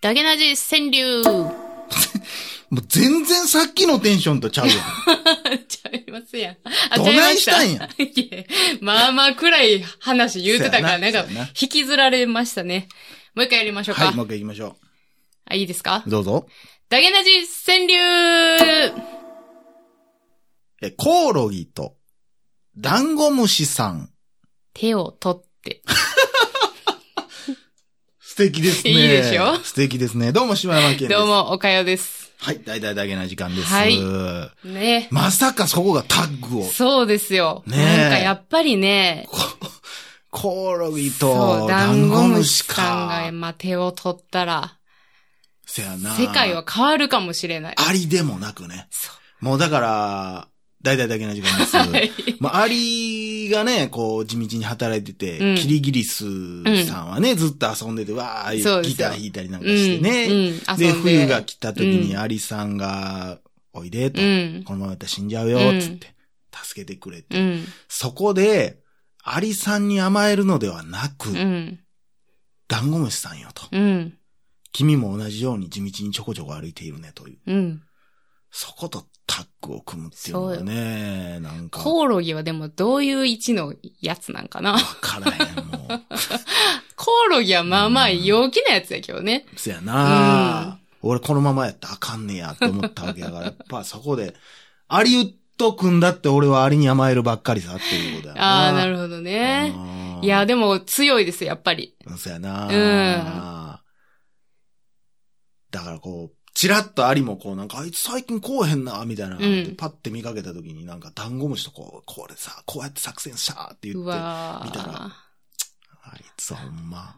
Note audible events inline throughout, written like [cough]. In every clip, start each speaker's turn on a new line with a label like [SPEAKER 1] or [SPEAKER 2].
[SPEAKER 1] ダゲナジ川
[SPEAKER 2] [laughs]
[SPEAKER 1] 柳
[SPEAKER 2] もう全然さっきのテンションとちゃう [laughs] やん。
[SPEAKER 1] ちゃいますやん。あ
[SPEAKER 2] どないしたんや
[SPEAKER 1] ちゃいましたいえまあまあくらい話言うてたから、
[SPEAKER 2] そう
[SPEAKER 1] なん
[SPEAKER 2] やな
[SPEAKER 1] か
[SPEAKER 2] そうやな
[SPEAKER 1] 引きずられましたね。もう一回やりましょうか。
[SPEAKER 2] はい、もう一回行きましょ
[SPEAKER 1] あ、いいですか
[SPEAKER 2] う。どうぞ。
[SPEAKER 1] ダゲナジ川柳
[SPEAKER 2] え、コオロギと、ダンゴムシさん。
[SPEAKER 1] 手を取って。
[SPEAKER 2] 素敵ですね。
[SPEAKER 1] いいでしょ
[SPEAKER 2] 素敵ですね。どうも、島山県です。
[SPEAKER 1] どう。も、おかよです。
[SPEAKER 2] はい、大々だけな時間です。
[SPEAKER 1] はいね。
[SPEAKER 2] まさかそこがタッグを。
[SPEAKER 1] そうですよ。
[SPEAKER 2] ねえ
[SPEAKER 1] なんかやっぱりね、
[SPEAKER 2] こコオロギ
[SPEAKER 1] そ
[SPEAKER 2] と、
[SPEAKER 1] う、
[SPEAKER 2] ダ
[SPEAKER 1] ダ
[SPEAKER 2] ン
[SPEAKER 1] ン
[SPEAKER 2] ゴ
[SPEAKER 1] ゴ
[SPEAKER 2] ム
[SPEAKER 1] ム
[SPEAKER 2] シ
[SPEAKER 1] シ
[SPEAKER 2] か
[SPEAKER 1] さんが。まあ手を取ったら、
[SPEAKER 2] せやな。
[SPEAKER 1] 世界は。変わるかもしれない。
[SPEAKER 2] ありでもなくね。
[SPEAKER 1] そ
[SPEAKER 2] もうだから、大々だけな時間です。
[SPEAKER 1] う。
[SPEAKER 2] [laughs]
[SPEAKER 1] はい。
[SPEAKER 2] まあ、アリがね、こう、地道に働いてて、
[SPEAKER 1] うん
[SPEAKER 2] キリギリスさんはね、ずっと遊んでて、わー、
[SPEAKER 1] そうですよ
[SPEAKER 2] ギター弾いたりなん
[SPEAKER 1] う
[SPEAKER 2] か
[SPEAKER 1] ん。
[SPEAKER 2] して
[SPEAKER 1] うん
[SPEAKER 2] ね。。で、
[SPEAKER 1] 遊ん
[SPEAKER 2] 冬が来た時に
[SPEAKER 1] うん
[SPEAKER 2] アリさんが、おいでと、
[SPEAKER 1] うん。
[SPEAKER 2] このままやったら死んじゃうよ、つって、助けてくれて。
[SPEAKER 1] うん。
[SPEAKER 2] そこで、アリさんに甘えるのではなく、
[SPEAKER 1] うん。
[SPEAKER 2] ダンゴムシさんよと。
[SPEAKER 1] うん。
[SPEAKER 2] 君も同じように地道にちょこちょこ歩いているね、という。
[SPEAKER 1] うん。
[SPEAKER 2] そことタッグを組むっていうのがね、なんか、わ
[SPEAKER 1] コオロギはでもどういう位置のやつなんかな
[SPEAKER 2] からへん、もう。
[SPEAKER 1] コオロギはまあまあ陽気なやつやけどね。
[SPEAKER 2] そやな、俺このままやったらあかんねやって思ったわけやから、やっぱそこで、アリウッド君だって俺はアリに甘えるばっかりさっていうことやな。
[SPEAKER 1] ああ、な
[SPEAKER 2] ほ
[SPEAKER 1] るほどね。
[SPEAKER 2] ね
[SPEAKER 1] いや、、でも強いですよ、やっぱり。
[SPEAKER 2] そや
[SPEAKER 1] う
[SPEAKER 2] な、
[SPEAKER 1] ん
[SPEAKER 2] だからこう、チラッとアリもこうなんか、あいつ最近こうへんな、みたいな、
[SPEAKER 1] うん
[SPEAKER 2] パッて見かけた時になんかダンゴムシとこう、これさ、こうやって作戦したって言
[SPEAKER 1] う
[SPEAKER 2] って、あ
[SPEAKER 1] わ
[SPEAKER 2] 見たら
[SPEAKER 1] ー。
[SPEAKER 2] いつはほんま、っ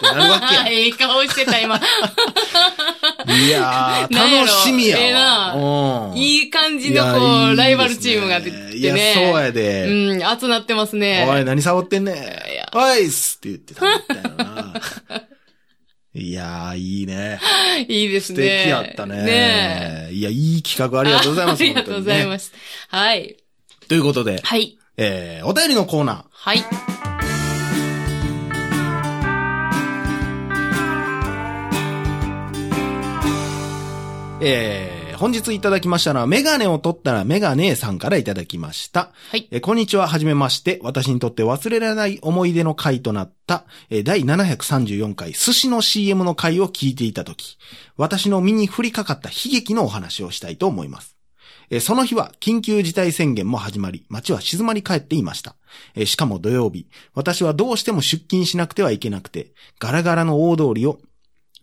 [SPEAKER 2] てなるわ
[SPEAKER 1] [laughs]
[SPEAKER 2] けや。
[SPEAKER 1] ええ顔してた、今。
[SPEAKER 2] いやー、
[SPEAKER 1] なんやろ
[SPEAKER 2] 楽しみやわ。
[SPEAKER 1] ええな
[SPEAKER 2] うん
[SPEAKER 1] いい感じの、こ、
[SPEAKER 2] いやいいう
[SPEAKER 1] ライバルチームが出て
[SPEAKER 2] いや、
[SPEAKER 1] ね。
[SPEAKER 2] そうやで。
[SPEAKER 1] うん、熱なってますね。
[SPEAKER 2] おい、何サボってんね
[SPEAKER 1] いや
[SPEAKER 2] ん。おいっすって言ってたみた
[SPEAKER 1] [laughs]
[SPEAKER 2] いな。いやー、いいね。
[SPEAKER 1] いいです
[SPEAKER 2] 素
[SPEAKER 1] ね。
[SPEAKER 2] 敵やったね。
[SPEAKER 1] ねえ。
[SPEAKER 2] いや、いい企画ありがとうございます。
[SPEAKER 1] ありがとうござい
[SPEAKER 2] 本
[SPEAKER 1] ました。はい。
[SPEAKER 2] 当にねということで、
[SPEAKER 1] はい。
[SPEAKER 2] えー、お便りのコーナ
[SPEAKER 1] はい。
[SPEAKER 2] ー、えー、本日いただきましたのは、メガネを取ったらメガネさんからいただきました。
[SPEAKER 1] はい。
[SPEAKER 2] えーこんにちは、はじめまして。私にとって忘れられない思い出の回となった、えー第734回寿司の CM の回を聞いていたとき、私の身に降りかかった悲劇のお話をしたいと思います。えーその日は緊急事態宣言も始まり、街は静まり返っていました。えーしかも土曜日、私はどうしても出勤しなくてはいけなくて、ガラガラの大通りを、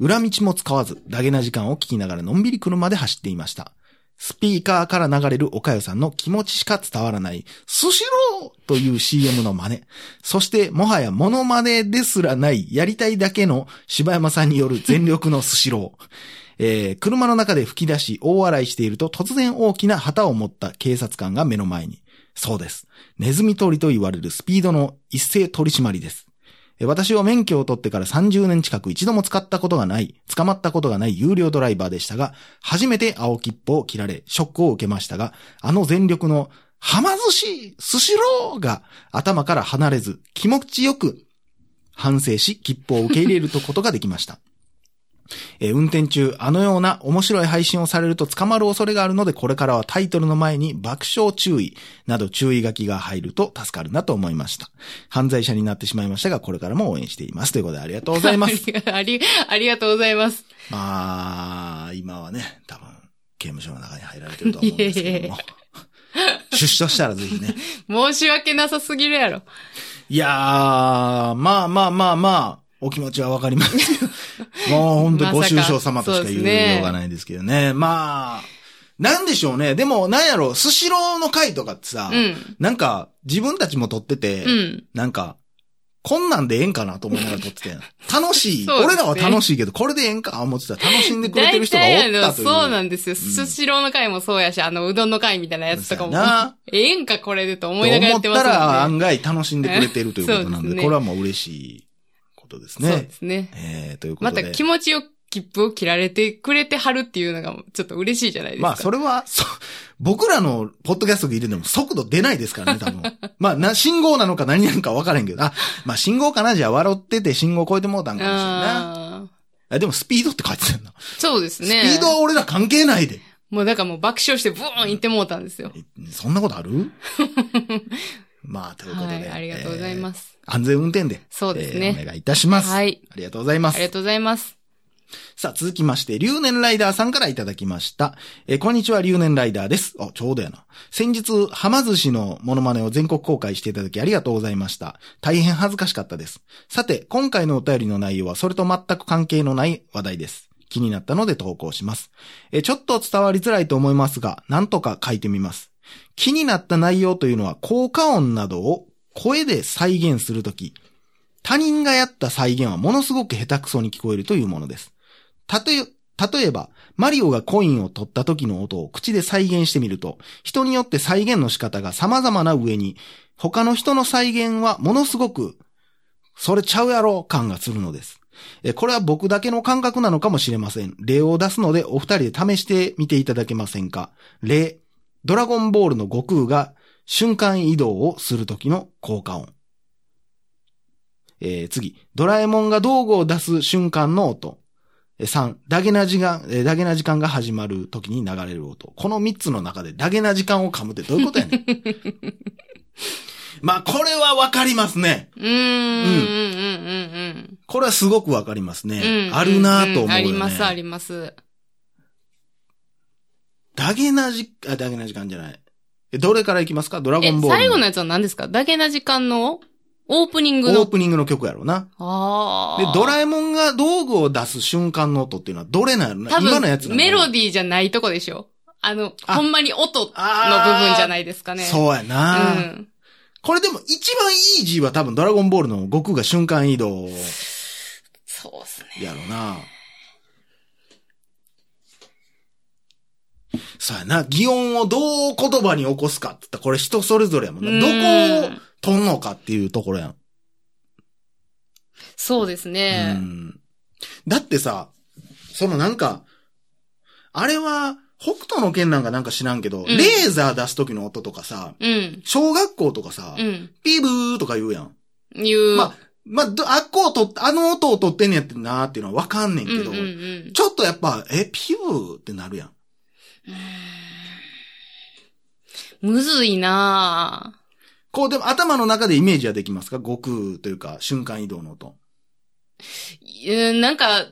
[SPEAKER 2] 裏道も使わず、ダゲな時間を聞きながらのんびり車で走っていました。スピーカーから流れるおかよさんの気持ちしか伝わらない、スシローという CM の真似。そして、もはやモノマネですらない、やりたいだけの柴山さんによる全力のスシロー。えー車の中で吹き出し、大笑いしていると突然大きな旗を持った警察官が目の前に。そうです。ネズミ取りと言われるスピードの一斉取り締まりです。えー私は免許を取ってから30年近く一度も使ったことがない、捕まったことがない有料ドライバーでしたが、初めて青切符を切られ、ショックを受けましたが、あの全力の、はま寿司スシローが頭から離れず、気持ちよく反省し、切符を受け入れるとことができました。えー運転中、あのような面白い配信をされると捕まる恐れがあるので、これからはタイトルの前に爆笑注意など注意書きが入ると助かるなと思いました。犯罪者になってしまいましたが、これからも応援しています。ということでありがとうございます。
[SPEAKER 1] あり、ありがとうございます。
[SPEAKER 2] [laughs] まあ、今はね、多分、刑務所の中に入られてるとは思うんですけども。出所したらぜひね。
[SPEAKER 1] 申し訳なさすぎるやろ。
[SPEAKER 2] いやー、まあまあまあまあ、お気持ちはわかりますけ
[SPEAKER 1] [laughs]
[SPEAKER 2] ど。もう本当にご愁傷様としか言いようがないんですけどね。まあ、なんでしょうね。でも、なんやろう、スシローの会とかってさ、
[SPEAKER 1] うん。
[SPEAKER 2] なんか、自分たちも撮ってて、
[SPEAKER 1] うん。
[SPEAKER 2] なんか、こんなんでええんかなと思いながら撮って
[SPEAKER 1] [laughs]
[SPEAKER 2] て。楽しい、
[SPEAKER 1] そうですね
[SPEAKER 2] 俺らは楽しいけど、これでええんか思ってたら楽しんでくれて
[SPEAKER 1] 大
[SPEAKER 2] る人がお
[SPEAKER 1] 体
[SPEAKER 2] っ
[SPEAKER 1] あ
[SPEAKER 2] た
[SPEAKER 1] の、
[SPEAKER 2] という。
[SPEAKER 1] そうなんですよ。
[SPEAKER 2] ん
[SPEAKER 1] スシローの回もそうやし、あの、うどんの回みたいなやつとかも
[SPEAKER 2] そうやな。
[SPEAKER 1] ええんか、これでと思い
[SPEAKER 2] と
[SPEAKER 1] ながら
[SPEAKER 2] 思
[SPEAKER 1] や
[SPEAKER 2] っ
[SPEAKER 1] ってます
[SPEAKER 2] た
[SPEAKER 1] もんね。
[SPEAKER 2] ら案外楽しんでくれてるということな
[SPEAKER 1] そ
[SPEAKER 2] ん
[SPEAKER 1] う
[SPEAKER 2] で、
[SPEAKER 1] ですね
[SPEAKER 2] これはもう嬉しいことです
[SPEAKER 1] そう
[SPEAKER 2] ね
[SPEAKER 1] で。すね。
[SPEAKER 2] えー、というこ
[SPEAKER 1] ま
[SPEAKER 2] とで。
[SPEAKER 1] た気持ちよ切符を切られてくれてはるっていうのが、ちょっと嬉しいじゃないですか。
[SPEAKER 2] まあ、それは、そ、僕らのポッドキャストで入れても速度出ないですからね、多分。 [laughs] まあ、な、信号なのか何なのか分からへんけど、あ、まあ、信号かなじゃあ、笑ってて信号超えてもうたんかもしれんな
[SPEAKER 1] あー
[SPEAKER 2] いあ。でも、スピードって書いてたよな。
[SPEAKER 1] そうですね。
[SPEAKER 2] スピードは俺ら関係な
[SPEAKER 1] [laughs]
[SPEAKER 2] いで。
[SPEAKER 1] もうだからもう爆笑してブーン行ってもうたんですよ。
[SPEAKER 2] えそんなこと
[SPEAKER 1] [laughs]
[SPEAKER 2] あるまあ、ということ
[SPEAKER 1] は
[SPEAKER 2] で。
[SPEAKER 1] い。ありがとうござい
[SPEAKER 2] す。
[SPEAKER 1] ます。
[SPEAKER 2] 安全運転で。
[SPEAKER 1] そうですね
[SPEAKER 2] えーお願いいたします。
[SPEAKER 1] はい。
[SPEAKER 2] ありがとうございま
[SPEAKER 1] あ
[SPEAKER 2] す
[SPEAKER 1] りが。とうございます。
[SPEAKER 2] さあ、続きまして、留年ライダーさんからいただきました。えーこんにちは、留年ライダーです。あ、ちょうどやな。先日、はま寿司のモノマネを全国公開していただきありがとうございました。大変恥ずかしかったです。さて、今回のお便りの内容はそれと全く関係のない話題です。気になったので投稿します。えーちょっと伝わりづらいと思いますが、なんとか書いてみます。気になった内容というのは、効果音などを声で再現するとき、他人がやった再現はものすごく下手くそに聞こえるというものです。たとえ、例えば、マリオがコインを取った時の音を口で再現してみると、人によって再現の仕方が様々な上に、他の人の再現はものすごく、それちゃうやろ感がするのです。え、これは僕だけの感覚なのかもしれません。例を出すので、お二人で試してみていただけませんか例、ドラゴンボールの悟空が瞬間移動をする時の効果音。えー次、ドラえもんが道具を出す瞬間の音。えー3、ダゲな時間、えーダゲな時間が始まる時に流れる音。この3つの中でダゲな時間を噛むってどういうことやねん。 [laughs] まあ、これはわかりますね。
[SPEAKER 1] うーん。うんうんうん
[SPEAKER 2] これはすごくわかります
[SPEAKER 1] うん
[SPEAKER 2] ね。
[SPEAKER 1] うん。
[SPEAKER 2] あるなぁと思うよ、ね
[SPEAKER 1] あります、あります。
[SPEAKER 2] ダゲな時間、あダゲな時間じゃない。えどれからいきますかドラゴ
[SPEAKER 1] え
[SPEAKER 2] ン、ボール。
[SPEAKER 1] 最後のやつは何ですかだけな時間のオープニング
[SPEAKER 2] オー
[SPEAKER 1] の。
[SPEAKER 2] プニングの曲やろうな。
[SPEAKER 1] あ
[SPEAKER 2] で
[SPEAKER 1] あ。、
[SPEAKER 2] ドラえもんが道具を出す瞬間の音っていうのはどれなの
[SPEAKER 1] 多
[SPEAKER 2] 今のやつ
[SPEAKER 1] 分、
[SPEAKER 2] な
[SPEAKER 1] メ
[SPEAKER 2] の
[SPEAKER 1] ロディーじゃないとこでしょあの、
[SPEAKER 2] あ
[SPEAKER 1] ほんまに音の部分じゃないですかね。う。
[SPEAKER 2] そうやな、
[SPEAKER 1] ん。
[SPEAKER 2] これでも一番イージーは多分ドラゴンボールの悟空が瞬間移動
[SPEAKER 1] そうですね。
[SPEAKER 2] やろな。そうやな。擬音をどう言葉に起こすかって言ったらこれ人それぞれやもんな。
[SPEAKER 1] うん
[SPEAKER 2] どこを取んのかっていうところやん。
[SPEAKER 1] そうです
[SPEAKER 2] う
[SPEAKER 1] ね。
[SPEAKER 2] んだってさ、そのなんか、あれは北斗の剣なんかなんか知らんけど、
[SPEAKER 1] ん
[SPEAKER 2] レーザー出す時の音とかさ、
[SPEAKER 1] うん。
[SPEAKER 2] 小学校とかさ、
[SPEAKER 1] うん。
[SPEAKER 2] ピブーとか言うやん。
[SPEAKER 1] いう。
[SPEAKER 2] まあ、まあ、どあっこをとっ、あの音を取ってんねやってんなーっていうのはわかんねん
[SPEAKER 1] うんう
[SPEAKER 2] け
[SPEAKER 1] んう
[SPEAKER 2] ど、
[SPEAKER 1] ん。
[SPEAKER 2] ちょっとやっぱ、え、ピブーってなるやん。
[SPEAKER 1] むずいなぁ。
[SPEAKER 2] こう、でも頭の中でイメージはできますか悟空というか、瞬間移動の音。
[SPEAKER 1] えーなんか、い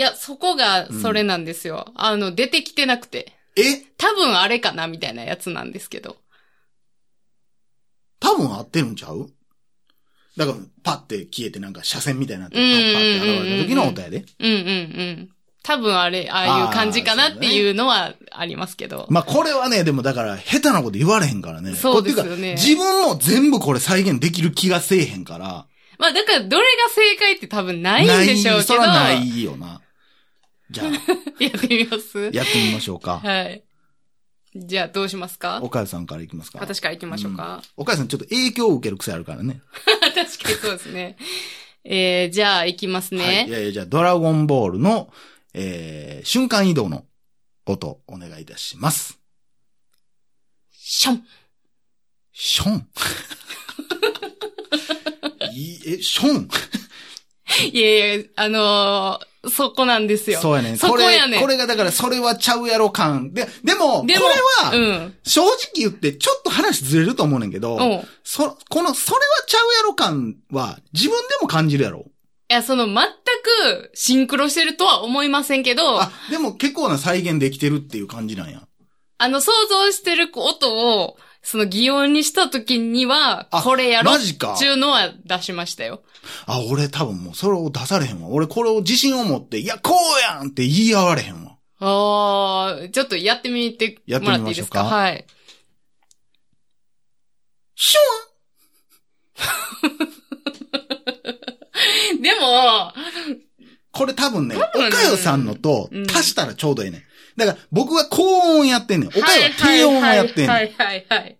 [SPEAKER 1] や、そこがそれなんですよ。あの、出てきてなくて。
[SPEAKER 2] え
[SPEAKER 1] 多分あれかなみたいなやつなんですけど。
[SPEAKER 2] 多分合ってるんちゃうだから、パッて消えてなんか、車線みたいになって、パ
[SPEAKER 1] うんうんうんうん
[SPEAKER 2] ッパッて現れた時の音やで。
[SPEAKER 1] うんうんうん。多分あれ、ああいう感じかなっていうのはありますけど。
[SPEAKER 2] まあ、これはね、でもだから、下手なこと言われへんからね。
[SPEAKER 1] そうですよ
[SPEAKER 2] こ
[SPEAKER 1] ね
[SPEAKER 2] っていうか自分も全部これ再現できる気がせえへんから。
[SPEAKER 1] まあだから、どれが正解って多分ないんでしょうけ
[SPEAKER 2] そ
[SPEAKER 1] ど。
[SPEAKER 2] らないよな。じゃあ、
[SPEAKER 1] やってみます
[SPEAKER 2] やってみましょうか。
[SPEAKER 1] はい。じゃあ、どうしますか
[SPEAKER 2] 岡谷さんからいきますか。
[SPEAKER 1] 私から行きましょうか。
[SPEAKER 2] 岡谷さんちょっと影響を受ける癖あるからね。
[SPEAKER 1] [laughs] 確かにそうですね。えー、じゃあ、行きますね。
[SPEAKER 2] はい。いやいや、じゃあ、ドラゴンボールの、えー、瞬間移動の音、お願いいたします。
[SPEAKER 1] シャン
[SPEAKER 2] シ
[SPEAKER 1] [laughs]
[SPEAKER 2] ョン。いえ、ション。
[SPEAKER 1] [laughs] いやいや、あのーそこなんですよ。
[SPEAKER 2] そうやねん。
[SPEAKER 1] そこやねん
[SPEAKER 2] これ、これがだから、それはちゃうやろ感。で、でも、
[SPEAKER 1] でも
[SPEAKER 2] これは、
[SPEAKER 1] うん。
[SPEAKER 2] 正直言って、ちょっと話ずれると思うねんけど、
[SPEAKER 1] うん。い
[SPEAKER 2] そ、この、それはちゃうやろ感は、自分でも感じるやろ。
[SPEAKER 1] や、その、全く、シンクロしてるとは思いませんけど、
[SPEAKER 2] あ
[SPEAKER 1] あ、
[SPEAKER 2] でも結構な再現できてるっていう感じなんや。
[SPEAKER 1] の、想像してる音を、その、擬音にした時には
[SPEAKER 2] あ、
[SPEAKER 1] これやろ
[SPEAKER 2] マ
[SPEAKER 1] っ
[SPEAKER 2] ジか。
[SPEAKER 1] ちゅうのは出しましたよ。
[SPEAKER 2] あ、俺多分もうそれを出されへんわ。俺これを自信を持って、いや、こうやんって言い合われへんわ。
[SPEAKER 1] あー、ちょっとやってみて
[SPEAKER 2] やって
[SPEAKER 1] もらってい
[SPEAKER 2] みま
[SPEAKER 1] い
[SPEAKER 2] し
[SPEAKER 1] で
[SPEAKER 2] ょう
[SPEAKER 1] す
[SPEAKER 2] か
[SPEAKER 1] かはい。
[SPEAKER 2] シ
[SPEAKER 1] でも、
[SPEAKER 2] ュンこれ多分ね、
[SPEAKER 1] 分ね
[SPEAKER 2] おかよさんのと
[SPEAKER 1] うん
[SPEAKER 2] 足したらちょうどええねん。だから僕は高音やってんねん。おかよは低音をやってんねん。
[SPEAKER 1] はいはいはいはいはい。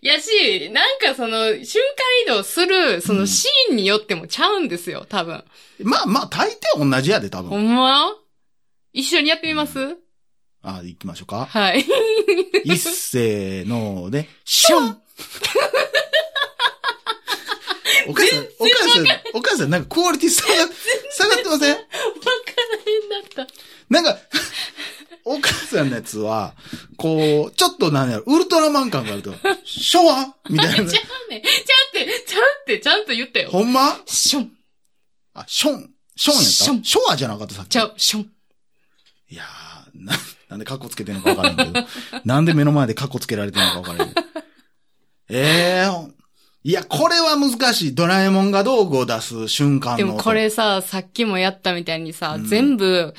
[SPEAKER 1] やし、なんかその、瞬間移動する、そのシーンによってもちゃうんですよ、多分。
[SPEAKER 2] まあまあ、大抵同じやで、多
[SPEAKER 1] ほ
[SPEAKER 2] 分。
[SPEAKER 1] んま一緒にやってみます、
[SPEAKER 2] あ、行きましょうか。
[SPEAKER 1] はい。
[SPEAKER 2] 一せーので、シュンお母さん、お母さん、お母さん、なんかクオリティ下が、下がってませ
[SPEAKER 1] わから
[SPEAKER 2] ん
[SPEAKER 1] へんだった。
[SPEAKER 2] なんか、 [laughs] お母さんのやつは、こう、ちょっとなんやろ、ウルトラマン感があると、ショワみ
[SPEAKER 1] [laughs]
[SPEAKER 2] た
[SPEAKER 1] ちゃ
[SPEAKER 2] いうな。
[SPEAKER 1] ね。ちゃうって、ちゃうって、ちゃんと言ったよ。
[SPEAKER 2] ほんま
[SPEAKER 1] ション。
[SPEAKER 2] あ、ション、ションやった
[SPEAKER 1] シ
[SPEAKER 2] シ
[SPEAKER 1] ョン
[SPEAKER 2] ョワじゃなかったさっき。
[SPEAKER 1] ちゃう、ション。
[SPEAKER 2] いやー、な、なんでカッコつけてんのかわからんけど。 [laughs] なんで目の前でカッコつけられてんのかわからんけど。ええー、いや、これは難しい。ドラえもんが道具を出す瞬間の。
[SPEAKER 1] でもこ。れさ、さっきもやったみたいにさ、
[SPEAKER 2] うん
[SPEAKER 1] 全部、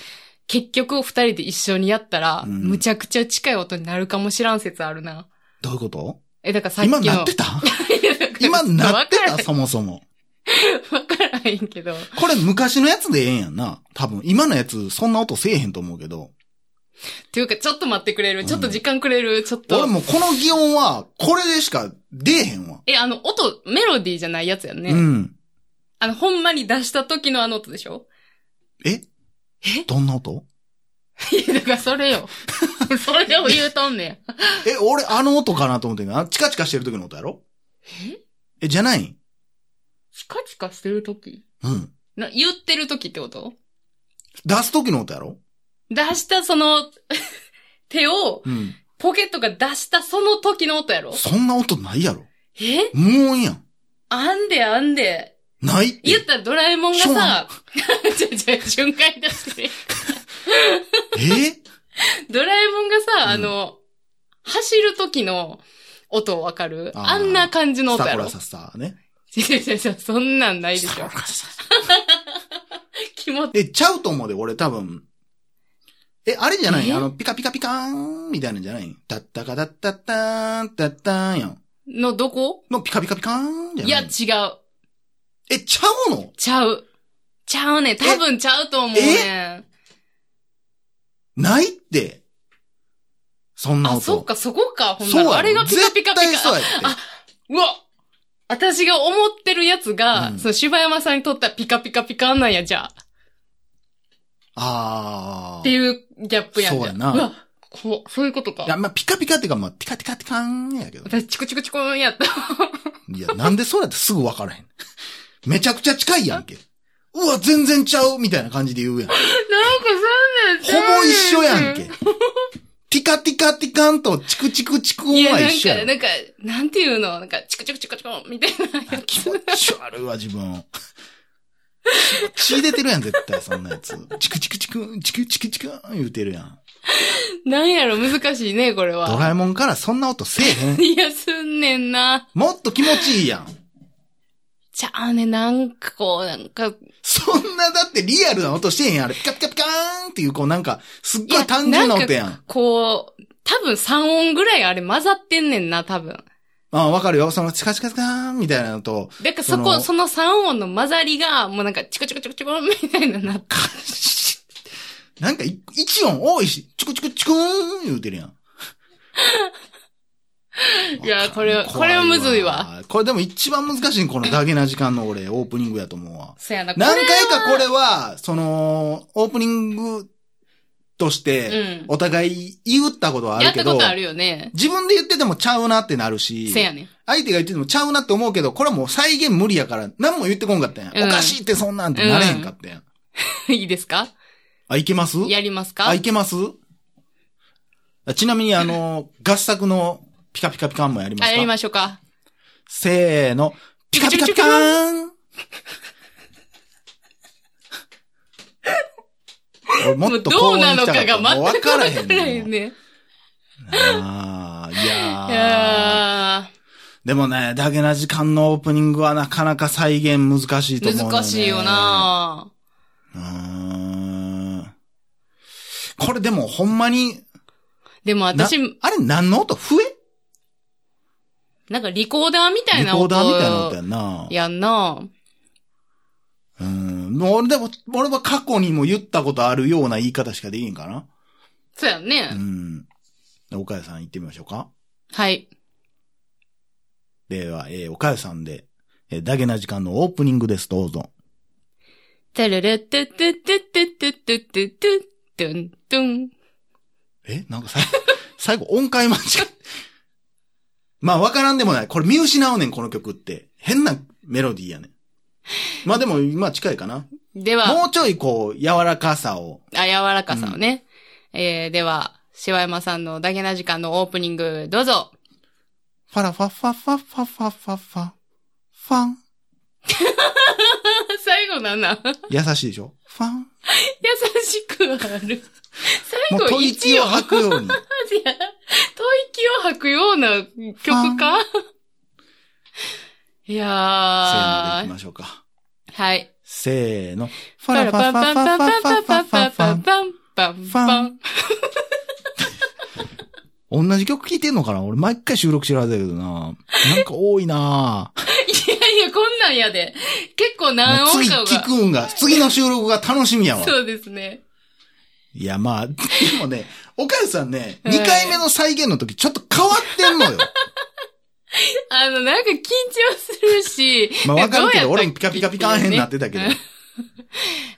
[SPEAKER 1] 結局二人で一緒にやったら、
[SPEAKER 2] うん
[SPEAKER 1] むちゃくちゃ近い音になるかもしらん説あるな。
[SPEAKER 2] どういうこと
[SPEAKER 1] え、だからさっきの。
[SPEAKER 2] 今なっ
[SPEAKER 1] [laughs]
[SPEAKER 2] てた今なってたそもそも。
[SPEAKER 1] たわからへんけど。
[SPEAKER 2] これ昔のやつでええんやんな。多分、今のやつそんな音せえへんと思うけど。
[SPEAKER 1] っていうか、ちょっと待ってくれる
[SPEAKER 2] ん
[SPEAKER 1] ちょっと時間くれるちょっ
[SPEAKER 2] 俺
[SPEAKER 1] と。
[SPEAKER 2] もうこの擬音は、これでしか出えへんわ。
[SPEAKER 1] え、あの、音、メロディーじゃないやつやんね。
[SPEAKER 2] うん。
[SPEAKER 1] あの、ほんまに出した時のあの音でしょ
[SPEAKER 2] え
[SPEAKER 1] え
[SPEAKER 2] どんな音
[SPEAKER 1] いや、だからそれよ。 [laughs] それを言うとんねん。
[SPEAKER 2] え、俺、あの音かなと思ってんけど、あチカチカしてる時の音やろ
[SPEAKER 1] え
[SPEAKER 2] え、じゃないん
[SPEAKER 1] チカチカしてる時
[SPEAKER 2] うん。
[SPEAKER 1] な、言ってる時ってこと
[SPEAKER 2] 出す時の音やろ
[SPEAKER 1] 出したその、 [laughs] 手を
[SPEAKER 2] うん。
[SPEAKER 1] ポケットが出したその時の音やろ
[SPEAKER 2] そんな音ないやろ。
[SPEAKER 1] え
[SPEAKER 2] 無音やん。
[SPEAKER 1] あんであんで。
[SPEAKER 2] ないって
[SPEAKER 1] 言ったらドラえもんが
[SPEAKER 2] ショー
[SPEAKER 1] さ、 [laughs] じゃじゃ瞬間に出して。
[SPEAKER 2] え
[SPEAKER 1] ドラえもんがさ、
[SPEAKER 2] うん
[SPEAKER 1] あの、走る時の音わかる
[SPEAKER 2] あー
[SPEAKER 1] あんな感じの
[SPEAKER 2] ス
[SPEAKER 1] 音
[SPEAKER 2] タ
[SPEAKER 1] や
[SPEAKER 2] コ
[SPEAKER 1] ろ [laughs]
[SPEAKER 2] ラサスターね。
[SPEAKER 1] 違う違う違うそんなんないで
[SPEAKER 2] ス
[SPEAKER 1] し
[SPEAKER 2] タ
[SPEAKER 1] ょ
[SPEAKER 2] コ。ラサスター
[SPEAKER 1] 気持ち。
[SPEAKER 2] え、ちゃうと思うで、俺多分。え、あれじゃない
[SPEAKER 1] え
[SPEAKER 2] あの、ピカピカピカーンみたいなんじゃないタッタカタッタッターン、タッターンやん。
[SPEAKER 1] のどこ
[SPEAKER 2] のピカピカピカーンじゃ
[SPEAKER 1] い
[SPEAKER 2] な
[SPEAKER 1] や、
[SPEAKER 2] い
[SPEAKER 1] 違う。
[SPEAKER 2] え、ちゃうの
[SPEAKER 1] ちゃう。ちゃうね。多分ちゃうと思うね。
[SPEAKER 2] ないって。そんな音。
[SPEAKER 1] あ、そっか、そこか。ほん
[SPEAKER 2] そ
[SPEAKER 1] な
[SPEAKER 2] うや
[SPEAKER 1] ら
[SPEAKER 2] ろ
[SPEAKER 1] あれがピカピカピ
[SPEAKER 2] 絶対
[SPEAKER 1] カ。
[SPEAKER 2] そう
[SPEAKER 1] あ
[SPEAKER 2] やって。
[SPEAKER 1] あうわ私が思ってるやつが、
[SPEAKER 2] うん
[SPEAKER 1] その柴山さんにとったらピカピカピカなんや、じゃあ。
[SPEAKER 2] ああ。
[SPEAKER 1] って
[SPEAKER 2] い
[SPEAKER 1] いうギャップやんじゃ
[SPEAKER 2] そうやな
[SPEAKER 1] うわこう、そういうことか
[SPEAKER 2] や、。まあ、ピカピカっていうか、まあ、ピカピカピカーンやけど。
[SPEAKER 1] 私、チコチコチコンやった。
[SPEAKER 2] いや、なんでそうやってすぐ分からへん。めちゃくちゃ近いやんけ。うわ、全然ちゃうみたいな感じで言うやん。ほ
[SPEAKER 1] なんかそんなんちゃ
[SPEAKER 2] ぼ
[SPEAKER 1] う
[SPEAKER 2] 一
[SPEAKER 1] ね
[SPEAKER 2] 緒やん [laughs] け。ティカティカティカンとチクチクチク音
[SPEAKER 1] いや、
[SPEAKER 2] は
[SPEAKER 1] なん
[SPEAKER 2] 一緒や
[SPEAKER 1] か、
[SPEAKER 2] ろ。
[SPEAKER 1] なんか、なんていうのなんか、チコチコチコチコンみたいなや
[SPEAKER 2] 気
[SPEAKER 1] つ。
[SPEAKER 2] 持ち悪いわ、自分。血出てるやん、絶対、そんなやつ。チクチクチク、チクチクチク、言うてるやん。
[SPEAKER 1] なんやろ、難しいね、これ
[SPEAKER 2] ドラ
[SPEAKER 1] は。
[SPEAKER 2] えもんからそんな音せえへん。
[SPEAKER 1] いや、すんねんな。
[SPEAKER 2] もっと気持ちいいやん。
[SPEAKER 1] じゃあね、なんかこう、なんか、
[SPEAKER 2] そんな、だってリアルな音してへんやん。あれ、ピカピカピカーンっていう、こうなんか、すっごい単純な音やん。
[SPEAKER 1] こう、多分3音ぐらいあれ混ざってんねんな、多分。
[SPEAKER 2] あわかるよ。その、チカチカチカーンみたいなのと、
[SPEAKER 1] だからそこ、
[SPEAKER 2] その
[SPEAKER 1] その3音の混ざりが、もうなんか、チコチコチコチコンみたいななって。
[SPEAKER 2] なんかい、一音多いし、チクチクチクーン言うてるやん。
[SPEAKER 1] いや
[SPEAKER 2] わかん
[SPEAKER 1] これこれはむずいわ
[SPEAKER 2] 怖。これでも一番難しい、このダゲな時間の俺、オープニングやと思うわ。
[SPEAKER 1] そやな、これ
[SPEAKER 2] 何回かこれは、その、オープニングとし
[SPEAKER 1] う
[SPEAKER 2] て、
[SPEAKER 1] ん。
[SPEAKER 2] お互い言ったことはあ
[SPEAKER 1] や
[SPEAKER 2] る
[SPEAKER 1] っ
[SPEAKER 2] け
[SPEAKER 1] た
[SPEAKER 2] ど、
[SPEAKER 1] ことあるよね。
[SPEAKER 2] 自分で言っててもちゃうなってなるし、
[SPEAKER 1] せやねん。
[SPEAKER 2] 相手が言っててもちゃうなって思うけど、これはもう再現無理やから、何も言ってこんかったやん。
[SPEAKER 1] うん
[SPEAKER 2] おかしいってそんなんってなれへんかったやん。
[SPEAKER 1] [laughs] いいですか
[SPEAKER 2] あ、いけます
[SPEAKER 1] やりますか
[SPEAKER 2] あ、いけますあちなみにあの、合作のピカピカピカンもやりま
[SPEAKER 1] あ、
[SPEAKER 2] す
[SPEAKER 1] やり
[SPEAKER 2] か
[SPEAKER 1] ましょうか。
[SPEAKER 2] せーの。ピカピカピカーン俺も
[SPEAKER 1] も
[SPEAKER 2] っ
[SPEAKER 1] う
[SPEAKER 2] と
[SPEAKER 1] ど
[SPEAKER 2] こ
[SPEAKER 1] うなのかが全く
[SPEAKER 2] わ
[SPEAKER 1] 分
[SPEAKER 2] か
[SPEAKER 1] からら
[SPEAKER 2] へ
[SPEAKER 1] へ
[SPEAKER 2] ん
[SPEAKER 1] ん
[SPEAKER 2] ね
[SPEAKER 1] ね
[SPEAKER 2] ん。
[SPEAKER 1] [laughs] ね。
[SPEAKER 2] あーい
[SPEAKER 1] い
[SPEAKER 2] やー
[SPEAKER 1] や
[SPEAKER 2] でもね、ダゲな時間のオープニングはなかなか再現難しいと思
[SPEAKER 1] ー、
[SPEAKER 2] う、
[SPEAKER 1] 難しいよ。な
[SPEAKER 2] うーん。これでもほんまに、
[SPEAKER 1] でも私、
[SPEAKER 2] なあれ何の音笛
[SPEAKER 1] なんかリコーダーみたい
[SPEAKER 2] リ
[SPEAKER 1] な
[SPEAKER 2] コー
[SPEAKER 1] 音
[SPEAKER 2] ダーみたいな音やんな。
[SPEAKER 1] やんな
[SPEAKER 2] うん。もう俺でも、俺は過去にも言ったことあるような言い方しかできんかな。
[SPEAKER 1] そうやね
[SPEAKER 2] う。ん。岡谷さん行ってみましょうか。
[SPEAKER 1] はい。
[SPEAKER 2] では、えー、おかゆさんで、えー、ダゲな時間のオープニングです、どうぞ。
[SPEAKER 1] てるるってってってってってってってってってんてん。
[SPEAKER 2] えなんかさ、 [laughs] 最後音階間違え。 [laughs] まあ、わからんでもない。これ見失うねん、この曲って。変なメロディーやねん。まあでも、まあ近いかな。
[SPEAKER 1] では、
[SPEAKER 2] もうちょいこう、柔らかさを。
[SPEAKER 1] あ、柔らかさをね。えー、では、柴山さんのダゲな時間のオープニング、どうぞ。
[SPEAKER 2] ファラファファファファファファファ。ファン。
[SPEAKER 1] 最後なんなん優
[SPEAKER 2] 優しいでしょファン。
[SPEAKER 1] しくある。
[SPEAKER 2] も
[SPEAKER 1] 最
[SPEAKER 2] う
[SPEAKER 1] 後
[SPEAKER 2] 吐
[SPEAKER 1] 一
[SPEAKER 2] 息を
[SPEAKER 1] を
[SPEAKER 2] 吐くよう
[SPEAKER 1] いや、
[SPEAKER 2] に。
[SPEAKER 1] 吐息を吐くような曲かい
[SPEAKER 2] せーのでい
[SPEAKER 1] やー。
[SPEAKER 2] きましょうか。
[SPEAKER 1] はい。
[SPEAKER 2] せーの。フ
[SPEAKER 1] パ
[SPEAKER 2] ァラ
[SPEAKER 1] ラ
[SPEAKER 2] ファ
[SPEAKER 1] パ
[SPEAKER 2] ファ
[SPEAKER 1] パ
[SPEAKER 2] フ
[SPEAKER 1] パ
[SPEAKER 2] ァ
[SPEAKER 1] パ
[SPEAKER 2] ファ
[SPEAKER 1] パパパ
[SPEAKER 2] ファファファ
[SPEAKER 1] パ
[SPEAKER 2] ファ。
[SPEAKER 1] パンパンパン。
[SPEAKER 2] 同じ曲聴いてんのかな俺毎回収録してるはずだけどな。なんか多いない
[SPEAKER 1] やいや、こんなんやで。結構
[SPEAKER 2] も
[SPEAKER 1] 何
[SPEAKER 2] う
[SPEAKER 1] 音
[SPEAKER 2] 次
[SPEAKER 1] か
[SPEAKER 2] 聞
[SPEAKER 1] が。
[SPEAKER 2] くんが、次の収録が楽しみやわ。
[SPEAKER 1] そうですね。
[SPEAKER 2] いや、まあ、でもね、岡谷さんね、
[SPEAKER 1] はい
[SPEAKER 2] 2回目の再現の時ちょっと変わってんの [laughs] よ。。
[SPEAKER 1] あの、なんか緊張するし
[SPEAKER 2] まあわかるけ
[SPEAKER 1] ど
[SPEAKER 2] ど、
[SPEAKER 1] うや
[SPEAKER 2] 俺
[SPEAKER 1] った
[SPEAKER 2] も
[SPEAKER 1] っ
[SPEAKER 2] ピ
[SPEAKER 1] け
[SPEAKER 2] カピカピカへんなってたけど。
[SPEAKER 1] うん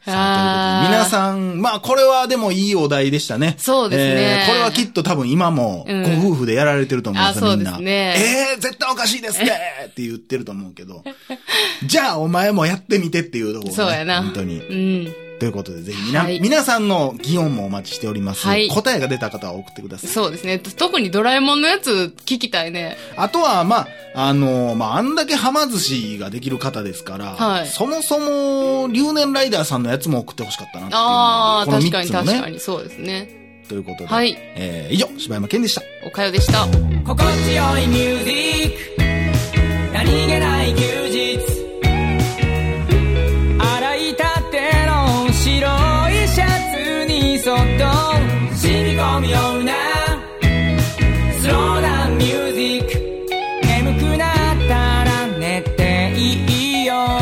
[SPEAKER 2] さあということで皆さん、まあこれはでもいいお題でしたね。
[SPEAKER 1] そうですね
[SPEAKER 2] えーこれはきっと多分今も
[SPEAKER 1] うん
[SPEAKER 2] ご夫婦でやられてると思うんですよ、
[SPEAKER 1] あ
[SPEAKER 2] みん
[SPEAKER 1] そ
[SPEAKER 2] な。
[SPEAKER 1] うですね
[SPEAKER 2] えー、絶対おかしい
[SPEAKER 1] [laughs]
[SPEAKER 2] ですってって言ってると思うけど。じゃあお前もやってみてっていうところ、ね。
[SPEAKER 1] そうやな
[SPEAKER 2] 本当
[SPEAKER 1] う
[SPEAKER 2] に。
[SPEAKER 1] ん。
[SPEAKER 2] ということで、ぜひ皆、
[SPEAKER 1] はい
[SPEAKER 2] 皆さんの疑問もお待ちしております。
[SPEAKER 1] はい
[SPEAKER 2] 答えが出た方は送ってください。
[SPEAKER 1] そうですね。特にドラえもんのやつ聞きたいね。
[SPEAKER 2] あとは、まあ、あのまあ、あんだけはま寿司ができる方ですから、
[SPEAKER 1] はい
[SPEAKER 2] そもそも、留年ライダーさんのやつも送ってほしかったなっていうのは
[SPEAKER 1] ああ、確かに
[SPEAKER 2] この
[SPEAKER 1] 確
[SPEAKER 2] 3つの
[SPEAKER 1] か
[SPEAKER 2] ね。
[SPEAKER 1] に。そうですね。
[SPEAKER 2] ということで、
[SPEAKER 1] はい
[SPEAKER 2] えー、以上、柴山健でした。
[SPEAKER 1] おかよでした。
[SPEAKER 3] 心地よいミュージック何気ない休日洗いたての白いシャツにそっと染み込むようなスローダウンミュージック眠くなったら寝ていいよ